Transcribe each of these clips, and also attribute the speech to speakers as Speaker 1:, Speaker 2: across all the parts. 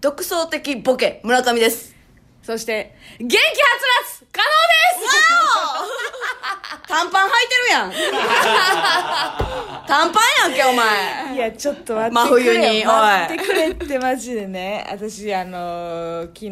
Speaker 1: 独創的ボケ、村上です。
Speaker 2: そして、元気はつらつ可能で す
Speaker 1: 短パン履いてるやん。短パンやんけ、お前。
Speaker 2: いや、ちょっと待ってくれ
Speaker 1: 真
Speaker 2: よ。
Speaker 1: 冬に
Speaker 2: 待
Speaker 1: おい
Speaker 2: ってくれってマジでね。私、あのー昨
Speaker 1: い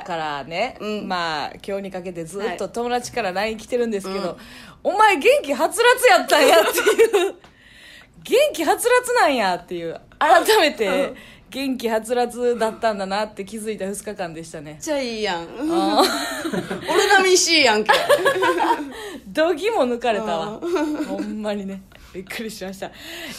Speaker 2: 日からね、
Speaker 1: うん
Speaker 2: まあ、今日にかけてずっ
Speaker 1: は
Speaker 2: と友達から LINE 来てるんですけど、お前元気はつらつやったんやっていう。 元気はつらつなんやっていう。改めて、元気はつらつだったんだなって気づいた2日間でした
Speaker 1: め
Speaker 2: ね
Speaker 1: っ。ちゃいいやん。俺
Speaker 2: あ
Speaker 1: 並み C やんけ。
Speaker 2: どぎも抜かれたわ。ほんまにね。びっくりしました。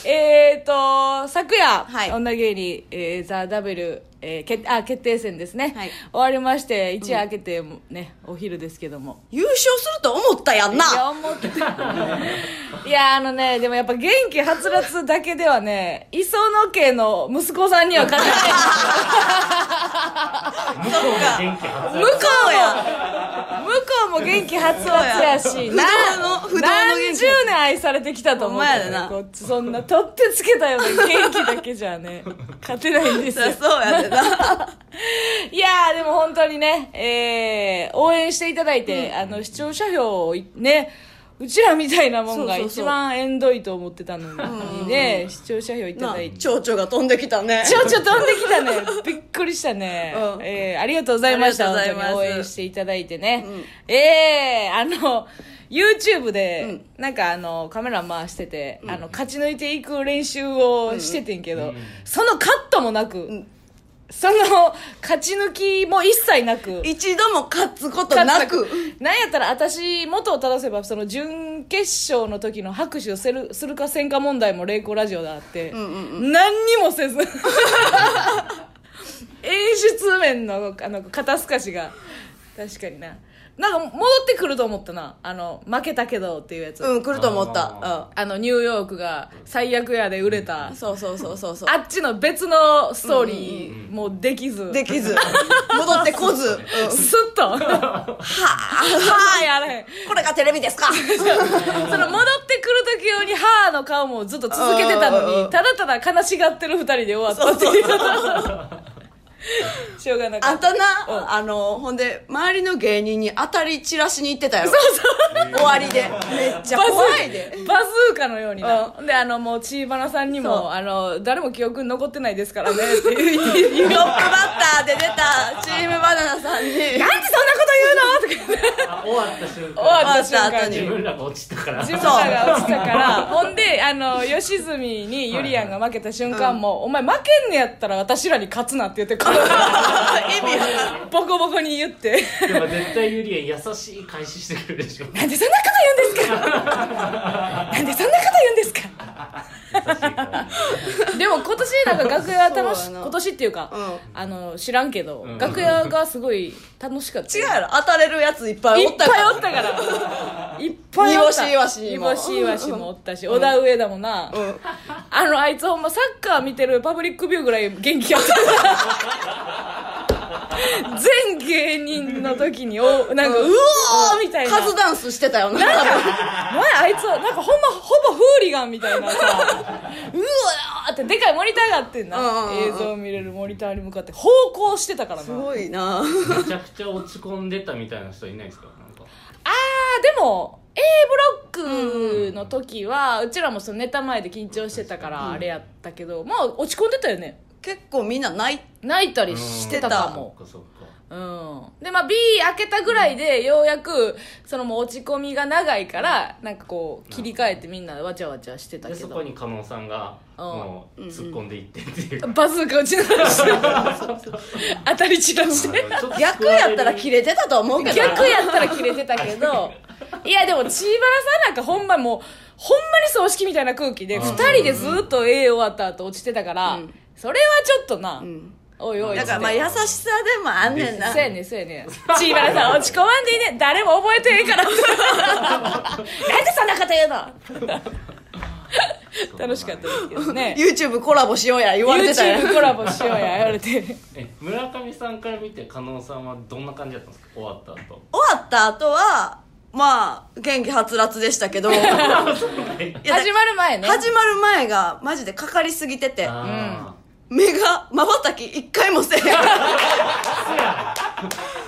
Speaker 2: えっ、と、昨夜、
Speaker 1: はい
Speaker 2: 女芸人、えー、ザ・ダブル、えー、決あ決定戦ですね、
Speaker 1: はい
Speaker 2: 終わりまして、一夜明けて、ね、お昼ですけども。
Speaker 1: 優勝すると思ったやん
Speaker 2: いや、
Speaker 1: な。
Speaker 2: 思った。いや、あのね、でもやっぱ元気はつらつだけではね、磯野家の息子さんには 勝てない。
Speaker 3: 向こうが元気はず
Speaker 2: 向こうや向こうも元気はつらつやし
Speaker 1: 不動
Speaker 2: な
Speaker 1: の不動の元気
Speaker 2: 何十年愛されてきたと思うけど
Speaker 1: ほんまやでな
Speaker 2: こっちそんな取ってつけたような元気だけじ ゃね勝てないんです
Speaker 1: そ
Speaker 2: よ
Speaker 1: りゃそうやでな。
Speaker 2: いやーでも本当にね、えー、応援していただいて、あの視聴者票をいねうちらみたいなもんが
Speaker 1: そうそうそう
Speaker 2: 一番縁遠いと思ってたのにね視聴者票いただいて
Speaker 1: な蝶々が飛んできたね。
Speaker 2: ちょちょ飛んできたね。 びっくりしたね。
Speaker 1: うん
Speaker 2: えーありがとうございました。
Speaker 1: ありが
Speaker 2: 本
Speaker 1: とう
Speaker 2: 当
Speaker 1: ございます
Speaker 2: に応援していただいてね。えーあの、YouTube で、なんかあの、カメラ回してて、あの、勝ち抜いていく練習をしててんけど、そのカットもなく、その、勝ち抜きも一切なく、
Speaker 1: 一度も勝つことなく。
Speaker 2: なんやったら私元を正せばその準決勝の時の拍手をするするかせんか問題も霊子ラジオであって、何にもせず 演出面のあの肩透かしが確かにななんか戻ってくると思ったなあの負けたけどっていうやつ、
Speaker 1: うん、来ると思った
Speaker 3: あ。
Speaker 2: あのニューヨークが最悪やで売れた、
Speaker 1: うん。そうそうそうそうそう。
Speaker 2: あっちの別のストーリーもできず、
Speaker 1: できず。戻ってこず。うん
Speaker 2: スッとはあやれへん
Speaker 1: これがテレビですか
Speaker 2: その戻ってくる時用に「はーの顔もずっと続けてた
Speaker 1: うんうん
Speaker 2: の
Speaker 1: うん
Speaker 2: にただただ悲しがってる二人で終わったっていうしょうがなか
Speaker 1: あ
Speaker 2: っ
Speaker 1: ん
Speaker 2: た
Speaker 1: たな、あの、ほんで、周りの芸人に当たり散らしに行ってたよ。終わりで。めっちゃ
Speaker 2: バズー
Speaker 1: 怖いで。
Speaker 2: バズーカのようにな、であのもうちーばなさんに
Speaker 1: そう
Speaker 2: もあの誰も記憶に残ってないですからねっていう
Speaker 1: トップバッターで出たチームバナナさんに。
Speaker 2: なんでそんなこと言うの?」とか言って
Speaker 3: あ終わった瞬
Speaker 2: 終わっ
Speaker 3: 間
Speaker 2: た瞬
Speaker 1: 終わった
Speaker 2: 間
Speaker 1: 後
Speaker 2: に
Speaker 1: に
Speaker 3: 自分らが落ちたから
Speaker 2: 自分らが落ちたからほんであの吉住にゆりやんが負けた瞬間も「お前負けんねやったら私らに勝つな」って言ってこ
Speaker 1: 意味わかんない
Speaker 2: うボコボコに言って。
Speaker 3: でも絶対ゆりえ優しい返ししてくるでしょ優し
Speaker 2: なんでそんなこと言うんですか なんでそんなこと言うんですか
Speaker 3: いから
Speaker 2: でも今年なんか楽屋楽し
Speaker 1: そうやな
Speaker 2: 今年っていうか、
Speaker 1: う
Speaker 2: あの知らんけど、
Speaker 3: うん
Speaker 2: 楽屋がすごい楽しかった
Speaker 1: 違うやろ、当たれるやついっぱい
Speaker 2: い
Speaker 1: お
Speaker 2: っ
Speaker 1: った
Speaker 2: ぱ
Speaker 1: か
Speaker 2: い
Speaker 1: ら。
Speaker 2: おったから いっぱいおった
Speaker 1: 煮干しイワシ
Speaker 2: 煮
Speaker 1: も
Speaker 2: 干しイワシもおったし、小田上田もな、
Speaker 1: ん
Speaker 2: あのあいつほんまサッカー見てるパブリックビューぐらい元気や った全芸人の時におなんか、うおーみたいな
Speaker 1: カズダンスしてたよな。
Speaker 2: 前あいつなんかほんまほぼフーリガンみたいなさうわーってでかいモニターがあってんな、
Speaker 1: うんうんうん
Speaker 2: 映像見れるモニターに向かって方向してたから
Speaker 1: す
Speaker 2: なあ
Speaker 1: ごいな。
Speaker 3: めちゃくちゃ落ち込んでたみたいな人いないですかなんか
Speaker 2: ーでも A ブロックの時は、うちらもそのネタ前で緊張してたからあれやったけど、まあ落ち込んでたよね
Speaker 1: 結構みんな泣い
Speaker 2: 泣いたりしてたかも、
Speaker 3: そっかそっか
Speaker 2: うん、でまあ B 開けたぐらいでようやくそのもう落ち込みが長いからなんかこう切り替えてみんなわちゃわちゃしてた
Speaker 3: で
Speaker 2: け
Speaker 3: そこ
Speaker 2: ど
Speaker 3: に加納さんが
Speaker 2: うん
Speaker 3: もう突っ込んでいってっていう
Speaker 2: バズーカ打ち鳴らして 当たり散らして
Speaker 1: 逆やったら切れてたと思うけどな。
Speaker 2: 逆やったら切れてたけどいやでもチーバラさんなんかほんまもうほんまに葬式みたいな空気で
Speaker 3: うん
Speaker 2: 2人でずっと A 終わった後落ちてたから、
Speaker 1: うん
Speaker 2: それはちょっとな、
Speaker 1: ん
Speaker 2: おいおい
Speaker 1: だからまあ
Speaker 2: つっ
Speaker 1: 優しさでもあんねん
Speaker 2: て
Speaker 1: な
Speaker 2: そう。やねんそうやねんチーバラさん落ち込まんでいいねん誰も覚えてへん からなんでそんなこと言うの 楽しかったですけどね
Speaker 1: YouTube コラボしようや言われてたやん
Speaker 2: YouTube コラボしようや言われて
Speaker 3: え村上さんから見て加納さんはどんな感じだったんですか終わった 後
Speaker 1: 終わった後はまあ元気はつらつでしたけどいやだ
Speaker 2: 始まる前ね
Speaker 1: 始まる前がマジでかかりすぎてて
Speaker 3: あー
Speaker 1: 目がまばたき一回も せえへんい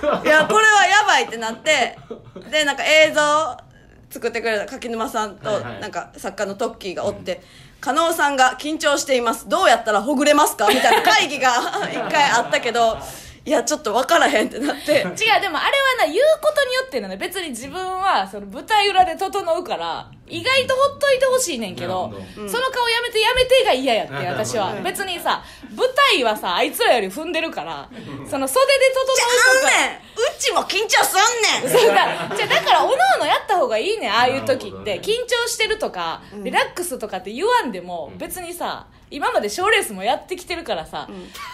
Speaker 3: そうや
Speaker 1: やこれはやばいってなってでなんか映像作ってくれた柿沼さんと、
Speaker 3: はいはい
Speaker 1: なんか作家のトッキーがおって、加納さんが緊張していますどうやったらほぐれますかみたいな会 議が一回あったけどいやちょっと分からへんってなって
Speaker 2: 違うでもあれはな言うことによってなの別に自分はその舞台裏で整うから意外とほっといてほしいねんけど
Speaker 3: なるほ
Speaker 2: その顔やめてやめてが嫌やって
Speaker 3: なるほど
Speaker 2: 私は
Speaker 3: うん
Speaker 2: 別にさ舞台はさあいつらより踏んでるからその袖で整うとか
Speaker 1: あんねんうちも緊張すんねん
Speaker 2: そうだじゃあだからおのおのやった方がいいねんああいう時って、緊
Speaker 3: なるほどね
Speaker 2: 張してるとか、リラックスとかって言わんでも、
Speaker 3: うん
Speaker 2: 別にさ今まで賞ーレースもやってきてるからさ、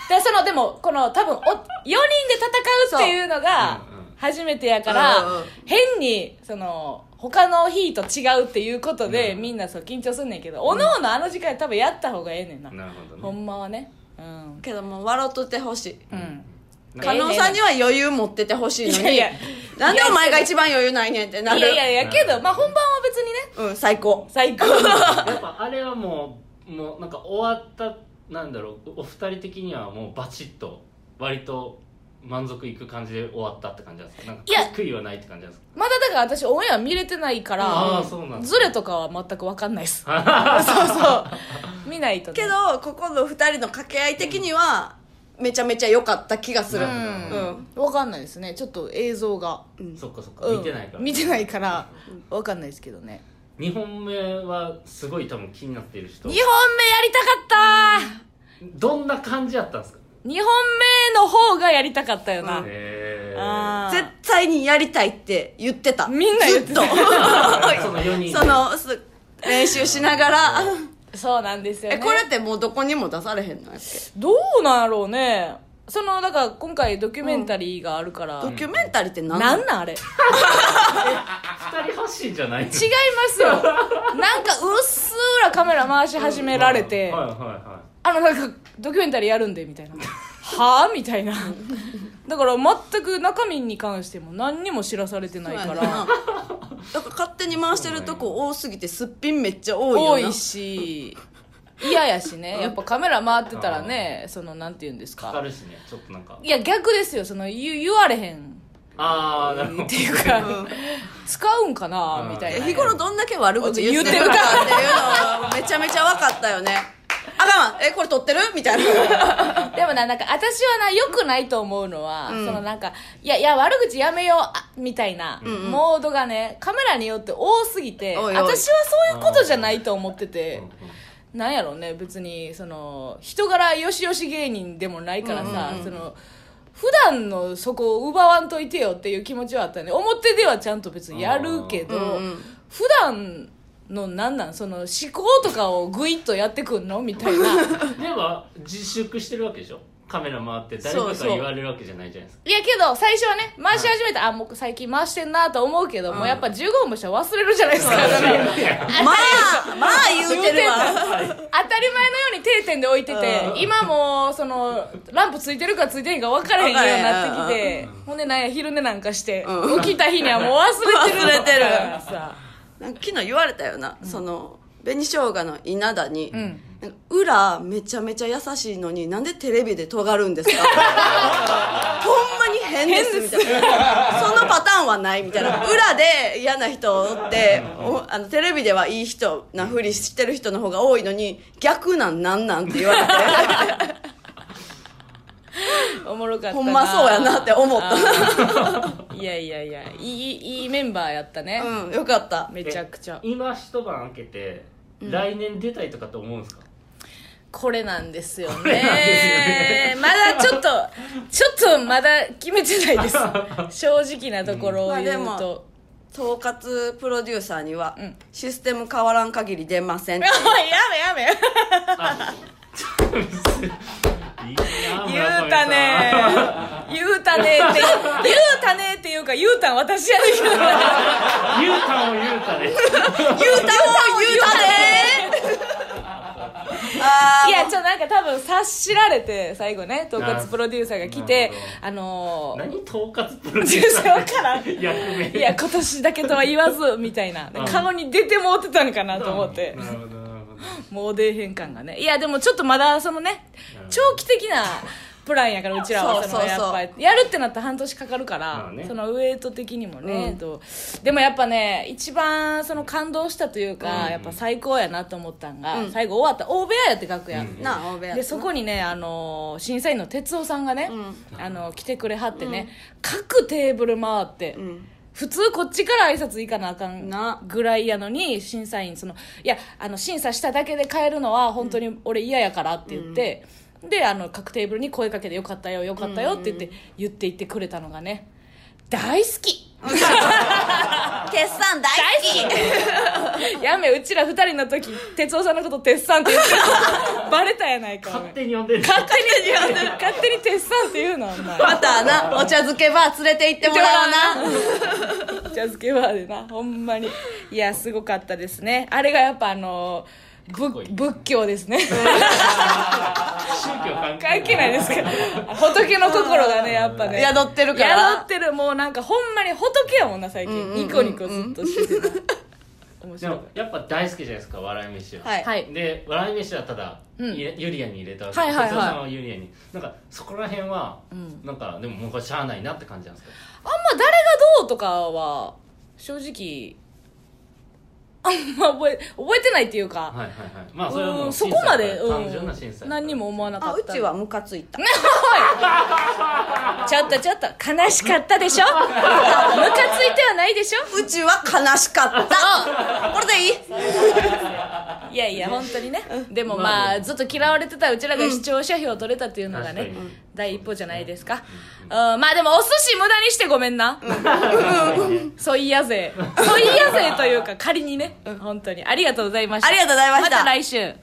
Speaker 2: でそのでもこの多分お4人で戦うっていうのが
Speaker 3: そううんうん
Speaker 2: 初めてやから、
Speaker 1: うんうん
Speaker 2: 変にその他の日と違うっていうことで、
Speaker 3: うん
Speaker 2: みんなそう緊張すんねんけど、おのおのあの時間多分やった方がええねんな、
Speaker 3: なるほ
Speaker 2: ほ
Speaker 3: どね
Speaker 2: んまはねうん
Speaker 1: けどもう笑っとってほしい
Speaker 2: うん
Speaker 3: なん
Speaker 1: 加
Speaker 3: か
Speaker 1: 納さんには余裕持っててほしいのに
Speaker 2: いやいや
Speaker 1: なんでお前が一番余裕ないねんってなる
Speaker 2: いやいやいやけど、まあ、本番は別にね
Speaker 1: うん最高
Speaker 2: 最高
Speaker 3: やっぱあれはもうもうなんか終わったなんだろうお二人的にはもうバチッと割と満足いく感じで終わったって感じなんですかなんか
Speaker 2: いや
Speaker 3: 悔いはないって感じなんです
Speaker 2: まだだから私オンエア見れてないか
Speaker 3: あ
Speaker 2: ら
Speaker 3: ーそうなんだ
Speaker 2: ズレとかは全く分かんないです そうそう見ないとね
Speaker 1: けどここの二人の掛け合い的にはめちゃめちゃ良かった気がする
Speaker 3: う
Speaker 1: うんん
Speaker 2: 分かんないですねちょっと映像が、
Speaker 3: かそっかそっか、
Speaker 2: うん
Speaker 3: 見てないから
Speaker 2: 見てないから分かんないですけどね
Speaker 3: 2本目はすごい多分気になっている人
Speaker 2: 2本目やりたかった
Speaker 3: どんな感じやったんですか
Speaker 2: 2本目の方がやりたかったよな、
Speaker 1: うん
Speaker 3: へー
Speaker 2: あー
Speaker 1: 絶対にやりたいって言ってた
Speaker 2: みんな言ってた
Speaker 1: ずっ
Speaker 3: その4人
Speaker 1: とそのす練習しながら
Speaker 2: そうなんですよね
Speaker 1: えこれってもうどこにも出されへんのやっけ
Speaker 2: どうなんやろうねそのだから今回ドキュメンタリーがあるから、
Speaker 1: ドキュメンタリーって何な
Speaker 2: な
Speaker 1: ん
Speaker 2: なんあれ違い
Speaker 3: 二人発信じゃない違
Speaker 2: ますよなんかうっすらカメラ回し始められて、
Speaker 3: はいはいは
Speaker 2: あのなんかドキュメンタリーやるんでみたいなはあみたいなだから全く中身に関しても何にも知らされてないか
Speaker 1: そうや ねんなだ
Speaker 2: ら
Speaker 1: から勝手に回してるとこ多すぎてすっぴんめっちゃ多いよ
Speaker 2: 多
Speaker 1: ない
Speaker 2: し嫌やしねやっぱカメラ回ってたらねそのなんて言うんです
Speaker 3: いかか
Speaker 2: か
Speaker 3: るしねちょっとなんか
Speaker 2: いや逆ですよその言う言われへん
Speaker 3: ああなるほど
Speaker 2: っていうか使うんかなみたい
Speaker 1: え
Speaker 2: な
Speaker 1: 日頃どんだけ悪口言って
Speaker 2: 言
Speaker 1: る
Speaker 2: ってる
Speaker 1: か
Speaker 2: か
Speaker 1: っていうのめちゃめちゃ分かったよねあかんわえこれ撮ってるみたいな
Speaker 2: でもななんか私はな良くないと思うのは、そのなんかいやいや悪口やめようあみたいなモードがねカメラによって多すぎて
Speaker 1: おいおい
Speaker 2: 私はそういうことじゃないと思ってて。
Speaker 3: うんうん
Speaker 2: なんやろうね別にその人柄よしよし芸人でもないからさ、その普段のそこを奪わんといてよっていう気持ちはあったね表ではちゃんと別にやるけど、
Speaker 1: うんうん
Speaker 2: 普段のなんなんその思考とかをグイッとやってくんのみたいな
Speaker 3: では自粛してるわけでしょカメラ回って誰か
Speaker 1: そう
Speaker 3: が
Speaker 1: そう
Speaker 3: 言われるわけじゃないじゃないですか
Speaker 2: いやけど最初はね回し始めた、あもう最近回してんなと思うけど、もうやっぱ15分もしたら忘れるじゃないですか、
Speaker 1: まあまあ言うてるわ
Speaker 2: 当たり前のように定点で置いてて今もうそのランプついてるかついてへんか分からへんようになってきてほんでなんや昼寝なんかして
Speaker 1: うん
Speaker 2: 起きた日にはもう忘れてる
Speaker 1: 忘れてる
Speaker 2: さ
Speaker 1: なんか昨日言われたよな、その紅生姜の稲田に、
Speaker 2: ん
Speaker 1: なんか裏めちゃめちゃ優しいのになんでテレビで尖るんですか ほんまに変ですみたいなそのパターンはないみたいな裏で嫌な人おっておあのテレビではいい人なふりしてる人の方が多いのに逆なんなんなんって言われて
Speaker 2: おもろかったな
Speaker 1: ほんまそうやなって思った
Speaker 2: あー いやいやいやいいいいメンバーやったね、
Speaker 1: うんよかった
Speaker 2: めちゃくちゃ
Speaker 3: え今一晩開けて来年出たいとかって思うんで すか
Speaker 2: これなんですよ
Speaker 3: れなんですよ
Speaker 2: ね
Speaker 3: ね
Speaker 2: まだちょっとちょっとまだ決めて ないです正直なところを言うと、
Speaker 1: うんまあでも統括プロデューサーには、
Speaker 2: うん
Speaker 1: システム変わらん限り出ませんって
Speaker 2: おいやめやめ
Speaker 3: あいいな
Speaker 2: 言うた ね言うたねって言うたねっていうか言うたん私やねんけど言う
Speaker 3: 村上さん言うたも言う たね
Speaker 1: 言うたもん言うたで
Speaker 2: ね
Speaker 1: ーあー
Speaker 2: いやちょっとなんか多分察しられて最後ね統括プロデューサーが来て
Speaker 3: なるほ
Speaker 2: あのー
Speaker 3: 何統括プロデュー
Speaker 2: 全
Speaker 3: サ
Speaker 2: 然
Speaker 3: ー
Speaker 2: わからん
Speaker 3: 役名
Speaker 2: いや今年だけとは言わずみたいな
Speaker 3: うん
Speaker 2: 顔に出てもうてたんかなと思って
Speaker 3: なるほどなるほど
Speaker 2: もう出えへん感がねいやでもちょっとまだそのね
Speaker 3: うん
Speaker 2: 長期的なプラン やからうちらは
Speaker 1: そう
Speaker 2: そ
Speaker 1: そう
Speaker 2: の
Speaker 1: そう
Speaker 2: やっぱりやるってなったら半年かかるか
Speaker 3: ま
Speaker 2: ら
Speaker 3: あね
Speaker 2: そのウエイト的にも
Speaker 1: う
Speaker 2: ね
Speaker 1: ん
Speaker 2: どうでもやっぱね一番その感動したという
Speaker 3: うんう
Speaker 2: か
Speaker 3: ん
Speaker 2: やっぱ最高やなと思ったん
Speaker 1: う
Speaker 2: が
Speaker 1: ん
Speaker 2: 最後終わった大部屋やって楽屋
Speaker 3: うん
Speaker 1: なあ大部屋
Speaker 2: でそこにね、あのー審査員の哲夫さんがね、
Speaker 1: う
Speaker 2: あの来てくれはってね、各テーブル回って、
Speaker 1: うん
Speaker 2: 普通こっちから挨拶行かなあかん
Speaker 1: な
Speaker 2: ぐらいやのに審査員そのいやあの審査しただけで帰るのは本当に俺嫌やからって言って、であの各テーブルに声かけて「よかったよよかったよ」って言って、言って言ってくれたのがね大好き
Speaker 1: 決算大好き
Speaker 2: やめうちら二人の時哲夫さんのこと「鉄さん」って言って バレたやないかお前
Speaker 3: 勝手に呼んでる
Speaker 2: 勝手に勝手に勝手に鉄さんって言うなお前
Speaker 1: またなお茶漬けバー連れて行ってもらおうな
Speaker 2: 茶漬けバーでなほんまにいやすごかったですねあれがやっぱあの
Speaker 3: こ
Speaker 2: ぶ
Speaker 3: いい
Speaker 2: 仏教ですね
Speaker 3: 宗教関係
Speaker 2: 関係ないですけど仏の心がねやっぱね
Speaker 1: 宿ってるから
Speaker 2: 宿ってるもうなんかほんまに仏やもんな最近、
Speaker 1: うんうんうんうん
Speaker 2: ニコニコずっとしててな面
Speaker 3: で
Speaker 2: 白い
Speaker 3: もやっぱ大好きじゃないですか笑い飯は、
Speaker 1: はい
Speaker 2: はい
Speaker 3: で笑い飯はただ、
Speaker 2: うん
Speaker 3: いれユリアに入れたわけ
Speaker 2: はいはいはい
Speaker 3: 哲夫さんはユリアになんかそこら辺は、なんかでももうこれしゃあないなって感じなんですか
Speaker 2: あんま誰がどうとかは正直あんま覚え覚えてないっていうか、
Speaker 3: はいはいはいまあそれはも
Speaker 2: う
Speaker 3: うん
Speaker 2: そこまで、
Speaker 3: 審査だから単
Speaker 2: う
Speaker 3: 純なん審査、
Speaker 2: 何にも思わなか
Speaker 1: あ
Speaker 2: っ
Speaker 1: う
Speaker 2: た
Speaker 1: ちはムカついた
Speaker 2: おい ちょっとちょっと悲しかったでしょ ムカついてはないでしょ
Speaker 1: うちは悲しかったこれでいい
Speaker 2: いやいや本当にねでも
Speaker 3: ま
Speaker 2: ま
Speaker 3: あ
Speaker 2: あずっと嫌われてたうちらが視聴者票取れたっていうのが
Speaker 3: う
Speaker 2: ね
Speaker 3: ん確かに
Speaker 2: 第一歩じゃないですかうんまあでもお寿司無駄にしてごめんなそういやぜそういやぜというか仮にね本当にありがとうございました
Speaker 1: ありがとうございました
Speaker 2: また来週